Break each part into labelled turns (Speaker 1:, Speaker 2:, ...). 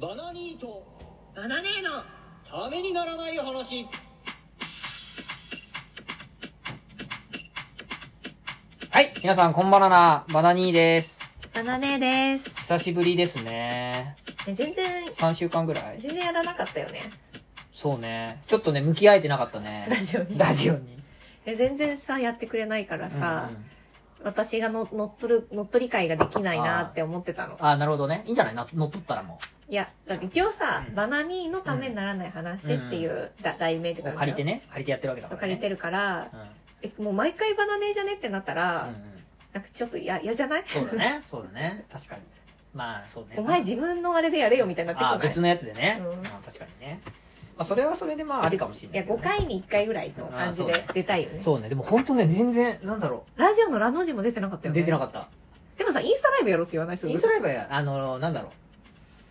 Speaker 1: バナニート
Speaker 2: バナネーの
Speaker 1: ためにならない話
Speaker 3: はい、皆さん、こんばんはな、バナニーです。
Speaker 2: バナネーです。
Speaker 3: 久しぶりですね。
Speaker 2: ね全然、
Speaker 3: 3週間ぐらい
Speaker 2: 全然やらなかったよね。
Speaker 3: そうね。ちょっとね、向き合えてなかった
Speaker 2: ラ
Speaker 3: ね。
Speaker 2: ジオに。
Speaker 3: ラジオに。
Speaker 2: え全然さ、やってくれないから
Speaker 3: うんうん
Speaker 2: さ、私がの乗っ取る、乗っ取り会ができないなって思ってたの。
Speaker 3: あ、なるほどね。いいんじゃないな乗っ取ったらも
Speaker 2: いや、だって一応さ、
Speaker 3: うん
Speaker 2: バナニーのためにならない話っていう、だ題名って
Speaker 3: う。
Speaker 2: 感じ
Speaker 3: 借りてね。借りてやってるわけだから、ね。
Speaker 2: 借りてるから、
Speaker 3: うん。
Speaker 2: え、もう毎回バナネーじゃねってなったら、
Speaker 3: うんうん。
Speaker 2: なんかちょっとや嫌じゃない
Speaker 3: そうだね。そうだね。確かに。まあ、そうね。
Speaker 2: お前自分のあれでやれよみたいになってこな
Speaker 3: あ、
Speaker 2: い
Speaker 3: 別のやつでね。
Speaker 2: うん
Speaker 3: うん確かにね。まあ、それはそれでまあ、ありかもしれないい
Speaker 2: や、
Speaker 3: けど
Speaker 2: 5
Speaker 3: ね、
Speaker 2: 回に1回ぐらいの感じ
Speaker 3: あそう
Speaker 2: で出たいよね。
Speaker 3: そうね。でも本当ね、全然、なんだろ
Speaker 2: ラジオのラの字も出てなかった
Speaker 3: う。
Speaker 2: よね。
Speaker 3: 出てなかった。
Speaker 2: でもさ、インスタライブやろうって言わないすぐ
Speaker 3: インスタライブは、あの、なんだろ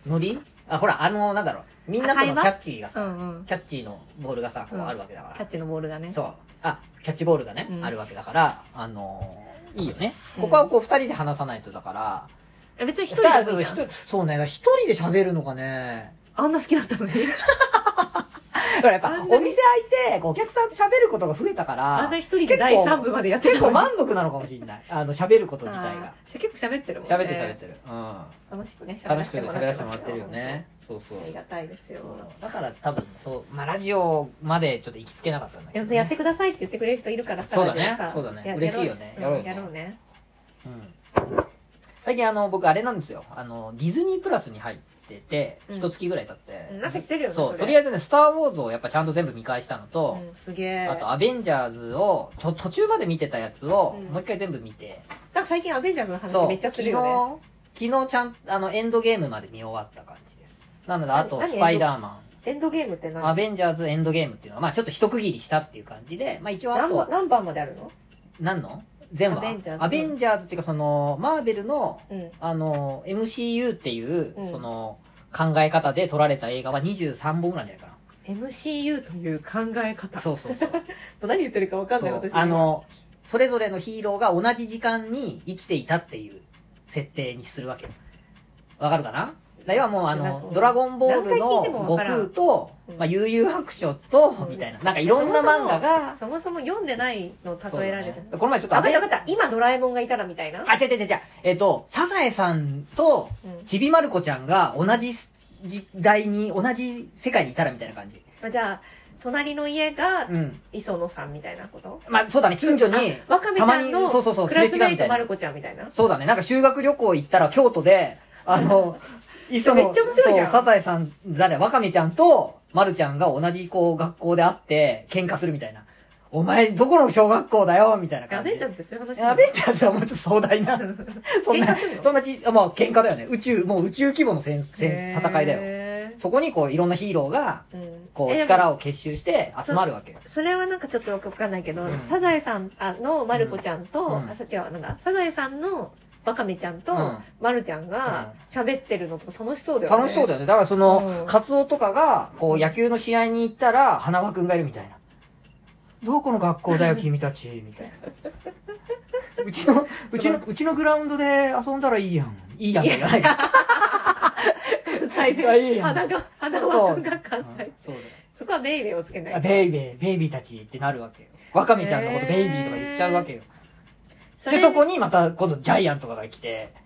Speaker 3: う。ノリあ、ほら、あの、なんだろう。みんなとのキ
Speaker 2: 会話
Speaker 3: ャッチーがさ、
Speaker 2: うんうん。
Speaker 3: キャッチーのボールがさ、こう
Speaker 2: うん
Speaker 3: あるわけだか
Speaker 2: キャ
Speaker 3: ら
Speaker 2: ッ。チのボールがね。
Speaker 3: そう。あ、キャッチボールがね、
Speaker 2: うん
Speaker 3: あるわけだから、あのーいいよね。
Speaker 2: うん
Speaker 3: ここはこう二人で話さないとだから、
Speaker 2: え別に一
Speaker 3: 一
Speaker 2: 人でもいいじゃん
Speaker 3: 人、そうね、一人で喋るのがね、
Speaker 2: あんな好きだったのに。
Speaker 3: だからやっぱ
Speaker 2: あんなに
Speaker 3: お店開いて、こうお客さんと喋ることが増えたか
Speaker 2: あん
Speaker 3: ら
Speaker 2: な、一人で第
Speaker 3: 結構
Speaker 2: 3部までやって
Speaker 3: 結
Speaker 2: たの
Speaker 3: 構
Speaker 2: に。
Speaker 3: 満足なのかもしれない。あの、喋ること自体が
Speaker 2: あ。ー結構喋ってるもんね。
Speaker 3: 喋ってる喋ってる。うん。
Speaker 2: る。楽しくね、
Speaker 3: 楽しく喋らせてもらってるよね。。そうそう
Speaker 2: あ。りがたいですよ。
Speaker 3: だから多分そう、まあ、ラジオまでちょっと行きつけなかったんだけ
Speaker 2: で
Speaker 3: ど、ね。
Speaker 2: もさ、やってくださいって言ってくれる人いるからさ。
Speaker 3: そうだね
Speaker 2: ラジオさ
Speaker 3: そうだね
Speaker 2: や
Speaker 3: 嬉しいよね
Speaker 2: やろう
Speaker 3: や
Speaker 2: や
Speaker 3: ろ
Speaker 2: ろ
Speaker 3: う
Speaker 2: うね。
Speaker 3: うん最近あの、僕あれなんですよ。あの、ディズニープラスに入ってて、
Speaker 2: うん
Speaker 3: 一月ぐらい経って。
Speaker 2: うんなんか言ってるよね。
Speaker 3: そう、とりあ
Speaker 2: え
Speaker 3: えずね、スターウォーズをやっぱちゃんと全部見返したのと、
Speaker 2: すげえ。
Speaker 3: あと、アベンジャーズを、ちょ、途中まで見てたやつを
Speaker 2: うん、
Speaker 3: もう一回全部見て。
Speaker 2: なんか最近アベンジャーズの
Speaker 3: そ
Speaker 2: 話
Speaker 3: う、
Speaker 2: めっちゃするよね。
Speaker 3: 昨日、昨日ちゃん、あの、エンドゲームまで見終わった感じです。なので、あと、
Speaker 2: 何
Speaker 3: スパイダーマ
Speaker 2: エンドゲームって
Speaker 3: ン、ア
Speaker 2: 何
Speaker 3: ベンジャーズエンドゲームっていうのは、まあちょっと一区切りしたっていう感じで、まあ一応あ
Speaker 2: 何
Speaker 3: と
Speaker 2: 番、何番まであるの
Speaker 3: 何の全話
Speaker 2: アベンジャーズ
Speaker 3: アベンジャーズっていうかその、マーベルの、
Speaker 2: うん。
Speaker 3: あの、MCU っていう、
Speaker 2: うん
Speaker 3: その、考え方で撮られた映画は23本ぐらいじゃないか
Speaker 2: MCU という考え方
Speaker 3: な。。そうそう そう。
Speaker 2: 何言ってるか分かんない
Speaker 3: そう
Speaker 2: 私。
Speaker 3: あ、の、それぞれのヒーローが同じ時間に生きていたっていう設定にするわけよ。わかるかなだはもうあの、ド
Speaker 2: ド
Speaker 3: ラ
Speaker 2: ラ
Speaker 3: ゴンボール
Speaker 2: 何回聞
Speaker 3: の
Speaker 2: いても
Speaker 3: 悟
Speaker 2: わからん
Speaker 3: 空と
Speaker 2: うん、
Speaker 3: まあ、悠々白書と
Speaker 2: う、ん
Speaker 3: みたいな。なんかいろんな漫画が、
Speaker 2: そもそも読んでないの
Speaker 3: そう
Speaker 2: 例え
Speaker 3: だ
Speaker 2: られて
Speaker 3: ね。この前ちょっと
Speaker 2: あ、
Speaker 3: ア
Speaker 2: 分
Speaker 3: ベ
Speaker 2: か
Speaker 3: ン
Speaker 2: った分かった。今ドラえもんがいたらみたいな。
Speaker 3: あ、違う違う違う違う。えっ、と、サザエさんと
Speaker 2: うん、
Speaker 3: ちびまる子ちゃんが同じ時代に、同じ世界にいたらみたいな感じ。
Speaker 2: まあじゃあ、隣の家が
Speaker 3: うん。
Speaker 2: 磯野さんみたいなこと
Speaker 3: まあ、そうだね、近所に、
Speaker 2: あわかめち
Speaker 3: たま
Speaker 2: ゃ
Speaker 3: に
Speaker 2: ん
Speaker 3: そうそうそう
Speaker 2: のクラスメ
Speaker 3: す
Speaker 2: イ
Speaker 3: れ違うみたいな
Speaker 2: トまる子ちゃんみたいな。
Speaker 3: そうだね、なんか修学旅行行ったら京都で、あ の、磯
Speaker 2: め
Speaker 3: 野、
Speaker 2: っちゃ面白いじゃん
Speaker 3: そうサザエさん、誰、わかめちゃんと、まるちゃんが同じ、こう、学校で会って、喧嘩するみたいな。お前、どこの小学校だよみたいな
Speaker 2: ア
Speaker 3: 感じ。
Speaker 2: ベンジャーズってそういう話
Speaker 3: アベンジャーズはもうちょっと壮大な。 そん
Speaker 2: 喧
Speaker 3: な
Speaker 2: 嘩すん、の
Speaker 3: そんなち、まあ、喧嘩だよね。宇宙、もう宇宙規模の戦、戦、戦いだよ。
Speaker 2: よ。
Speaker 3: そこにこう、いろんなヒーローが、
Speaker 2: うん
Speaker 3: こ
Speaker 2: え
Speaker 3: う、
Speaker 2: でも
Speaker 3: 力を結集して集まるわけよ。
Speaker 2: それはなんかちょっとよくわかんないけど、
Speaker 3: うん
Speaker 2: サザエさんあのまる子ちゃんと、
Speaker 3: うん
Speaker 2: あ、さ違う、なんだ、サザエさんのわかめちゃんと
Speaker 3: うん
Speaker 2: まるちゃんが喋ってるのとか楽しそうだよね。
Speaker 3: 楽しそうだ
Speaker 2: よ。
Speaker 3: よね。だからその、
Speaker 2: うん
Speaker 3: カツオとかが、こう、野球の試合に行ったら、花輪くんがいるみたいな。どこの学校だよ、君たち、みたい な。うちの、うちの、うちのグラウンドで遊んだらいいやん。いいやんって言わないか。
Speaker 2: 最
Speaker 3: いやいい
Speaker 2: 弁。
Speaker 3: やん
Speaker 2: 花が、花
Speaker 3: そう
Speaker 2: 輪君が関西。
Speaker 3: そうだよ
Speaker 2: そこはベイベーをつけない
Speaker 3: あ
Speaker 2: と。
Speaker 3: ベイベー、ベイビーたちってなるわけよ。ワカメちゃんのことベイビーとか言っちゃうわけよ。
Speaker 2: そ
Speaker 3: で、
Speaker 2: れ
Speaker 3: そこにまた今度ジャイアンとかが来て、うん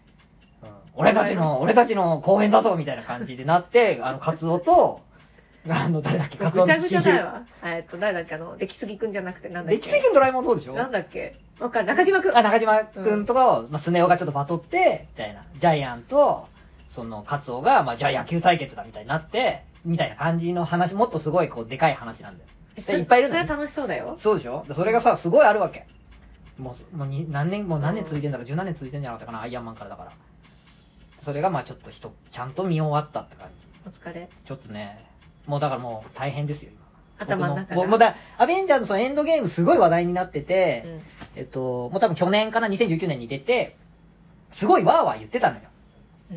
Speaker 3: 俺たちの、俺たちの公園だぞみたいな感じでな って、あの、カツオと、あの、誰だっけ、
Speaker 2: ぐ
Speaker 3: カ
Speaker 2: ち
Speaker 3: ツオの
Speaker 2: ゃぐちゃだよ。えっと、誰だっけ、あの、出来すぎくんじゃなくて、なんだっ
Speaker 3: で、
Speaker 2: け。
Speaker 3: 奇跡のドラえもんどうでしょ
Speaker 2: なんだっけ。わかる、中島くん。
Speaker 3: あ、中島くんとかを、まあ、スネ夫がちょっとバトって、みたいな。ジャイアンと、その、カツオが、まあ、じゃあ野球対決だみたいになって、みたいな感じの話、もっとすごい、こう、でかい話なんだよ。
Speaker 2: えそれ
Speaker 3: いっぱいいるの
Speaker 2: それは楽しそうだよ。
Speaker 3: そうでしょでそれがさ、すごいあるわけ。もう、もうに何年、もう何年続いてんだろう、十何年続いてんじゃなかったかな、アイアンマンからだから。それが、まあ、ちょっと人、ちゃんと見終わったって感じ。
Speaker 2: お疲れ。
Speaker 3: ちょっとね、もうだからもう大変ですよ、今。
Speaker 2: 頭の中
Speaker 3: 僕も
Speaker 2: が。
Speaker 3: もうだ、アベンジャーズのそのエンドゲームすごい話題になってて、
Speaker 2: うん
Speaker 3: えっと、もう多分去年かな、2019年に出て、すごいわーわー言ってたのよ。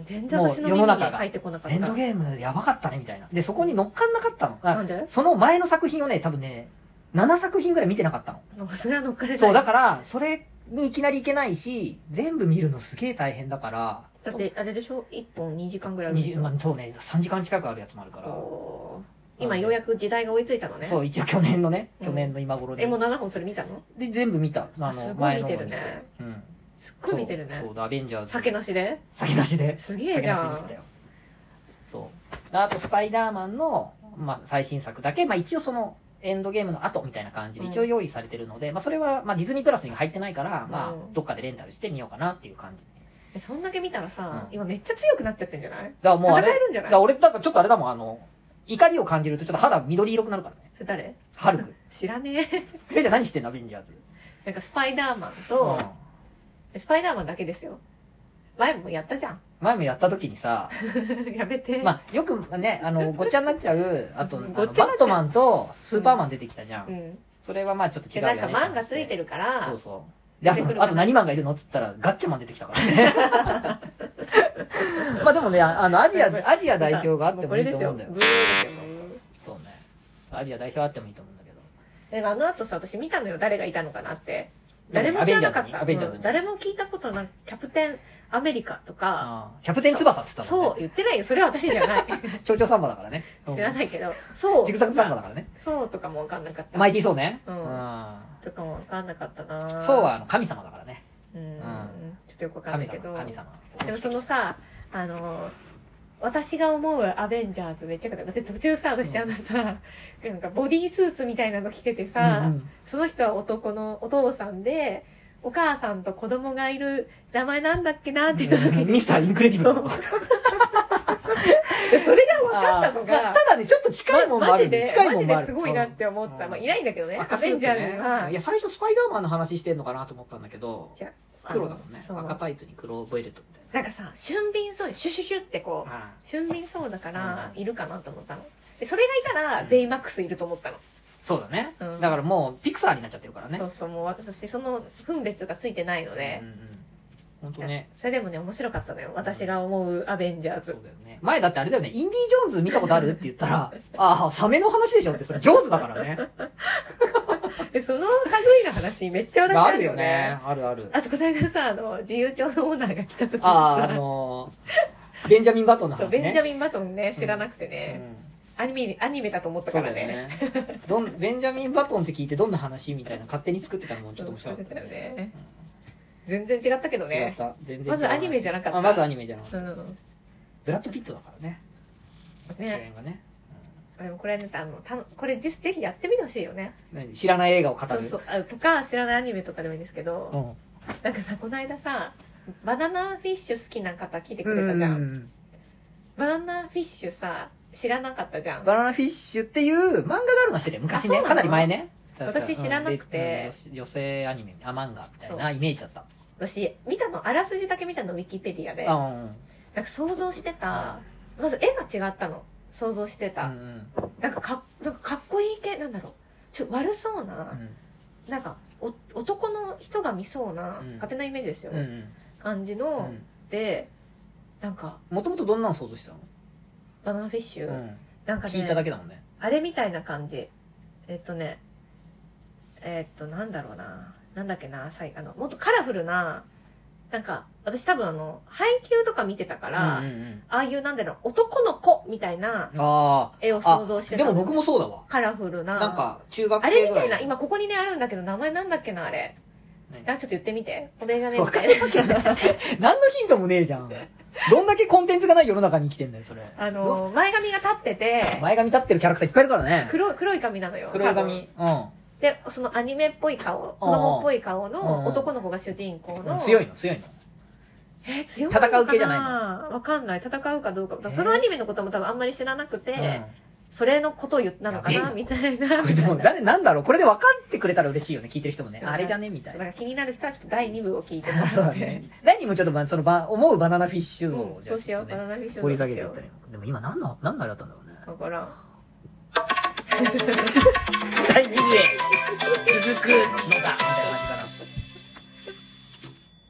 Speaker 2: 全然私の
Speaker 3: もう世の
Speaker 2: 耳に
Speaker 3: 中が
Speaker 2: 入ってこなかった。
Speaker 3: エンドゲームやばかったね、みたいな。で、そこに乗っかんなかったの。
Speaker 2: なんで
Speaker 3: その前の作品をね、多分ね、7作品ぐらい見てなかったの。
Speaker 2: もうそれは 乗っかれない。
Speaker 3: そう、だから、それにいきなりいけないし、全部見るのすげえ大変だから、
Speaker 2: だってあれでしょ1本2時間ぐらいある
Speaker 3: 二
Speaker 2: でし
Speaker 3: 十
Speaker 2: ょ
Speaker 3: まあ、そうね3時間近くあるやつもあるから、
Speaker 2: おー今ようやく時代が追いついたのね
Speaker 3: そう一応去年のね
Speaker 2: うん
Speaker 3: 去年の今頃で、
Speaker 2: えもう7本それ見たの
Speaker 3: で全部見たあ
Speaker 2: あす
Speaker 3: の
Speaker 2: ご
Speaker 3: 前
Speaker 2: い見
Speaker 3: のも
Speaker 2: てるね
Speaker 3: うん
Speaker 2: すっごい見てるね
Speaker 3: そうそうだアベンジャーズ
Speaker 2: 酒なしで
Speaker 3: 酒出しです
Speaker 2: げえじゃ
Speaker 3: 酒なしに見た
Speaker 2: ん
Speaker 3: よそうあとスパイダーマンの、まあ、最新作だけ、まあ、一応そのエンドゲームの後みたいな感じで
Speaker 2: うん
Speaker 3: 一応用意されてるので、まあ、それは、まあ、ディズニープラスに入ってないから、まあ
Speaker 2: うん、
Speaker 3: どっかでレンタルしてみようかなっていう感じ
Speaker 2: えそんだけ見たらさ、
Speaker 3: うん
Speaker 2: 今めっちゃ強くなっちゃってんじゃない
Speaker 3: だからもうあ
Speaker 2: 戦
Speaker 3: れ
Speaker 2: えるんじゃ
Speaker 3: だ
Speaker 2: な
Speaker 3: から
Speaker 2: い
Speaker 3: 俺だからちょっとあれだもんあの怒りを感じるとちょっと肌緑色くなるからね
Speaker 2: それ誰
Speaker 3: ハルク
Speaker 2: 知らねえ
Speaker 3: レイちゃん何してんのアベンジャーズ
Speaker 2: なんかスパイダーマンと、
Speaker 3: うん
Speaker 2: スパイダーマンだけですよ前もやったじゃん
Speaker 3: 前もやった時にさ、
Speaker 2: やめて、
Speaker 3: まあ、よくね、あの、ごっちゃになっちゃう、あと、あの
Speaker 2: ご
Speaker 3: バ
Speaker 2: っちゃになっちゃう
Speaker 3: ットマンとスーパーマン出てきたじゃん。
Speaker 2: うん
Speaker 3: それはまあちょっと
Speaker 2: じ
Speaker 3: 違う
Speaker 2: ゃあ
Speaker 3: よ
Speaker 2: なん
Speaker 3: ね。
Speaker 2: かマンがついてるから
Speaker 3: そうそう。で、あ
Speaker 2: 出てくる
Speaker 3: と、
Speaker 2: か
Speaker 3: あ
Speaker 2: な
Speaker 3: と何マンがいるのっつったら、ガッチャマン出てきたから ね。まあでもね、ああの、アジア、アジア代表があってもいいと思うんだよ
Speaker 2: も。これですよブーですよもう
Speaker 3: そうね。アジア代表あってもいいと思うんだけど。
Speaker 2: であの後さ私見たのよ誰がいたのかなって誰も知らなかった
Speaker 3: アベンジャーズにアベンジャーズに
Speaker 2: うん誰も聞いたことないキャプテンアメリカとか
Speaker 3: ああキャプテン翼っつったもんね。
Speaker 2: そう言ってないよそれは私じゃない
Speaker 3: 蝶々サンバだからね。うん
Speaker 2: 知らないけどそう
Speaker 3: ジグザグサンバだからね。
Speaker 2: そうとかも分かんなかった
Speaker 3: マイティーソーね。
Speaker 2: うん
Speaker 3: う。
Speaker 2: とかも分かんなかったなん
Speaker 3: そうはあの神様だからね。
Speaker 2: うん、
Speaker 3: ん
Speaker 2: ちょっとよく分かん
Speaker 3: 神
Speaker 2: ないけど
Speaker 3: 様、神様。
Speaker 2: でもそのさあの私が思うアベンジャーズめっちゃ良かっただって途中さ私あのさ、なんかボディースーツみたいなの着てて
Speaker 3: う
Speaker 2: さ、
Speaker 3: んうん
Speaker 2: その人は男のお父さんで、お母さんと子供がいる名前なんだっけなって言った時に、
Speaker 3: ミスターインクレディブル
Speaker 2: そう
Speaker 3: の。
Speaker 2: でそれが分かった
Speaker 3: あー
Speaker 2: の
Speaker 3: まあた
Speaker 2: が、
Speaker 3: だね、ちょっと近いもんもあ
Speaker 2: マ
Speaker 3: る
Speaker 2: ジ
Speaker 3: ね
Speaker 2: で、
Speaker 3: 近い
Speaker 2: マ
Speaker 3: もん
Speaker 2: ジ
Speaker 3: もある。
Speaker 2: ですごいなって思っ
Speaker 3: う
Speaker 2: た。
Speaker 3: ん
Speaker 2: まあ、いないんだけどね、ア
Speaker 3: 赤ス
Speaker 2: ベ
Speaker 3: ー
Speaker 2: ン
Speaker 3: ツ
Speaker 2: ジャーズは
Speaker 3: ね。い、や、最初スパイダーマンの話してんのかなと思ったんだけど、
Speaker 2: あの
Speaker 3: 黒だもんね。
Speaker 2: そう
Speaker 3: 赤タイツに黒ベルトみたい
Speaker 2: なんかさ、俊敏そうにシュシュシュってこう、
Speaker 3: な。
Speaker 2: 俊敏そうだから、
Speaker 3: う
Speaker 2: いるかなと思ったの。で、それがいたら、
Speaker 3: うん
Speaker 2: ベイマックスいると思ったの。
Speaker 3: そうだね、
Speaker 2: うん
Speaker 3: だからもう、ピクサーになっちゃってるからね。
Speaker 2: そうそう、もう私、その分別がついてないので
Speaker 3: うん、うん。本当ね。
Speaker 2: それでもね、面白かったのよ。私が思うアベンジャー
Speaker 3: そう
Speaker 2: ズ。
Speaker 3: だよね。前だってあれだよね、インディ・ジョーンズ見たことあるって言った ら、ああ、サメの話でしょって、それジョーズだからね。
Speaker 2: で、その類の話、めっちゃ私
Speaker 3: あるよね。。あるある。
Speaker 2: あとこの間さあの自由帳のオーナーが来た時にさ
Speaker 3: ああー、あのー、ベンジャミン・バトンの
Speaker 2: そう
Speaker 3: 話ね。
Speaker 2: ベンジャミン・バトンね知らなくて
Speaker 3: う
Speaker 2: ね、
Speaker 3: ん
Speaker 2: アニメアニメだと思った
Speaker 3: そ
Speaker 2: か
Speaker 3: うだ
Speaker 2: ら
Speaker 3: よ
Speaker 2: ね
Speaker 3: ね。どん、ベンジャミン・バトンって聞いてどんな話みたいな勝手に作ってたのもちょっと面白かった
Speaker 2: そうそうだよね全然違ったけど
Speaker 3: うん違っ
Speaker 2: ね
Speaker 3: た。全然違う
Speaker 2: まずアニメじゃなかった
Speaker 3: あまずアニメじゃなかっ
Speaker 2: う
Speaker 3: た。
Speaker 2: ん
Speaker 3: ブラッド・ピットだからね。主
Speaker 2: ね
Speaker 3: 演がね。
Speaker 2: でもこれねあのたこれ実ぜひやってみてほしいよね
Speaker 3: 何知らない映画を語る。
Speaker 2: そうそうあとか知らないアニメとかでもいいんですけど、
Speaker 3: うん。
Speaker 2: なんかさこの間さバナナフィッシュ好きな方来てくれたじゃん、
Speaker 3: うん
Speaker 2: バナナフィッシュさ知らなかったじゃん
Speaker 3: バナナフィッシュっていう漫画があるの知ってる昔
Speaker 2: あそう
Speaker 3: ね。
Speaker 2: なの
Speaker 3: かなり前ね。
Speaker 2: 私知らなくて
Speaker 3: うんでうん女性アニメ、あ、漫画みたい
Speaker 2: そ
Speaker 3: なイメージだった。
Speaker 2: 私見たのあらすじだけ見たのウィキペディアで
Speaker 3: あうんうん。
Speaker 2: なんか想像してたまず絵が違ったの想像してた、
Speaker 3: うんうん
Speaker 2: なんかかなんかかっこいい系なんだろうちょっと悪そうな、なんかお男の人が見そうな、
Speaker 3: うん
Speaker 2: 勝手なイメージですよ、
Speaker 3: うんうん
Speaker 2: 感じ
Speaker 3: う
Speaker 2: の、
Speaker 3: ん。
Speaker 2: でなんか
Speaker 3: もともとどんなの想像してたの
Speaker 2: バナナフィッシュ、
Speaker 3: うん
Speaker 2: なんか
Speaker 3: 聞いただ
Speaker 2: ね
Speaker 3: けだもんね。
Speaker 2: あれみたいな感じえっとねえっとなんだろうななんだっけなさいあのもっとカラフルななんか私多分あの配給とか見てたか
Speaker 3: う
Speaker 2: ら、
Speaker 3: んうんうん
Speaker 2: ああいうなんだろう男の子みたいな
Speaker 3: あ
Speaker 2: 絵を
Speaker 3: あ。
Speaker 2: 想像して
Speaker 3: あ、
Speaker 2: た
Speaker 3: でも僕もそうだわ。
Speaker 2: カラフルな
Speaker 3: なんか、中学
Speaker 2: あれ
Speaker 3: 生ぐ
Speaker 2: みた
Speaker 3: らい
Speaker 2: いな、今ここにね、あるんだけど、名前なんだっけな、あれ。
Speaker 3: 何
Speaker 2: あ、ちょっと言ってみて。これがね、
Speaker 3: わかんなきゃね何のヒントもねえじゃん。どんだけコンテンツがない世の中に生きてんだよ、それ。
Speaker 2: あの、前髪が立ってて、
Speaker 3: 前髪立ってるキャラクターいっぱいいるからね。
Speaker 2: 黒い、黒い髪なのよ。
Speaker 3: 黒い髪。う
Speaker 2: 多分。
Speaker 3: ん
Speaker 2: で、そのアニメっぽい顔、子供っぽい顔の男の子が主人公
Speaker 3: うん。
Speaker 2: の。
Speaker 3: 強い
Speaker 2: い。
Speaker 3: の、強いの。
Speaker 2: えー、強いのか
Speaker 3: 戦う系じゃない
Speaker 2: わかんない。戦うかどうか。
Speaker 3: えー
Speaker 2: そのアニメのことも多分あんまり知らなくて、
Speaker 3: うん
Speaker 2: それのことを言ったのか
Speaker 3: やべえ
Speaker 2: な、
Speaker 3: な
Speaker 2: みた いな。
Speaker 3: これでも、誰、なんだろうこれで分かってくれたら嬉しいよね、聞いてる人もね。
Speaker 2: うん
Speaker 3: あれじゃねみた
Speaker 2: だ
Speaker 3: い
Speaker 2: か
Speaker 3: な。
Speaker 2: ら気になる人はちょっと第2部を聞いてもらっ て。
Speaker 3: そうだね。第二もちょっとば、そのば、思うバナナフィッシュ
Speaker 2: う
Speaker 3: 像を
Speaker 2: ん
Speaker 3: じゃ
Speaker 2: そ
Speaker 3: あ
Speaker 2: うしよう。
Speaker 3: ちょ
Speaker 2: バ
Speaker 3: っとね
Speaker 2: ナナフィッシュ
Speaker 3: 掘り下
Speaker 2: どう
Speaker 3: げ
Speaker 2: して
Speaker 3: い
Speaker 2: よ
Speaker 3: ったらいいのでも今何の、何のあれだったんだろうね。
Speaker 2: だからん。
Speaker 3: 第2部へ続くのだみたいな感じかな。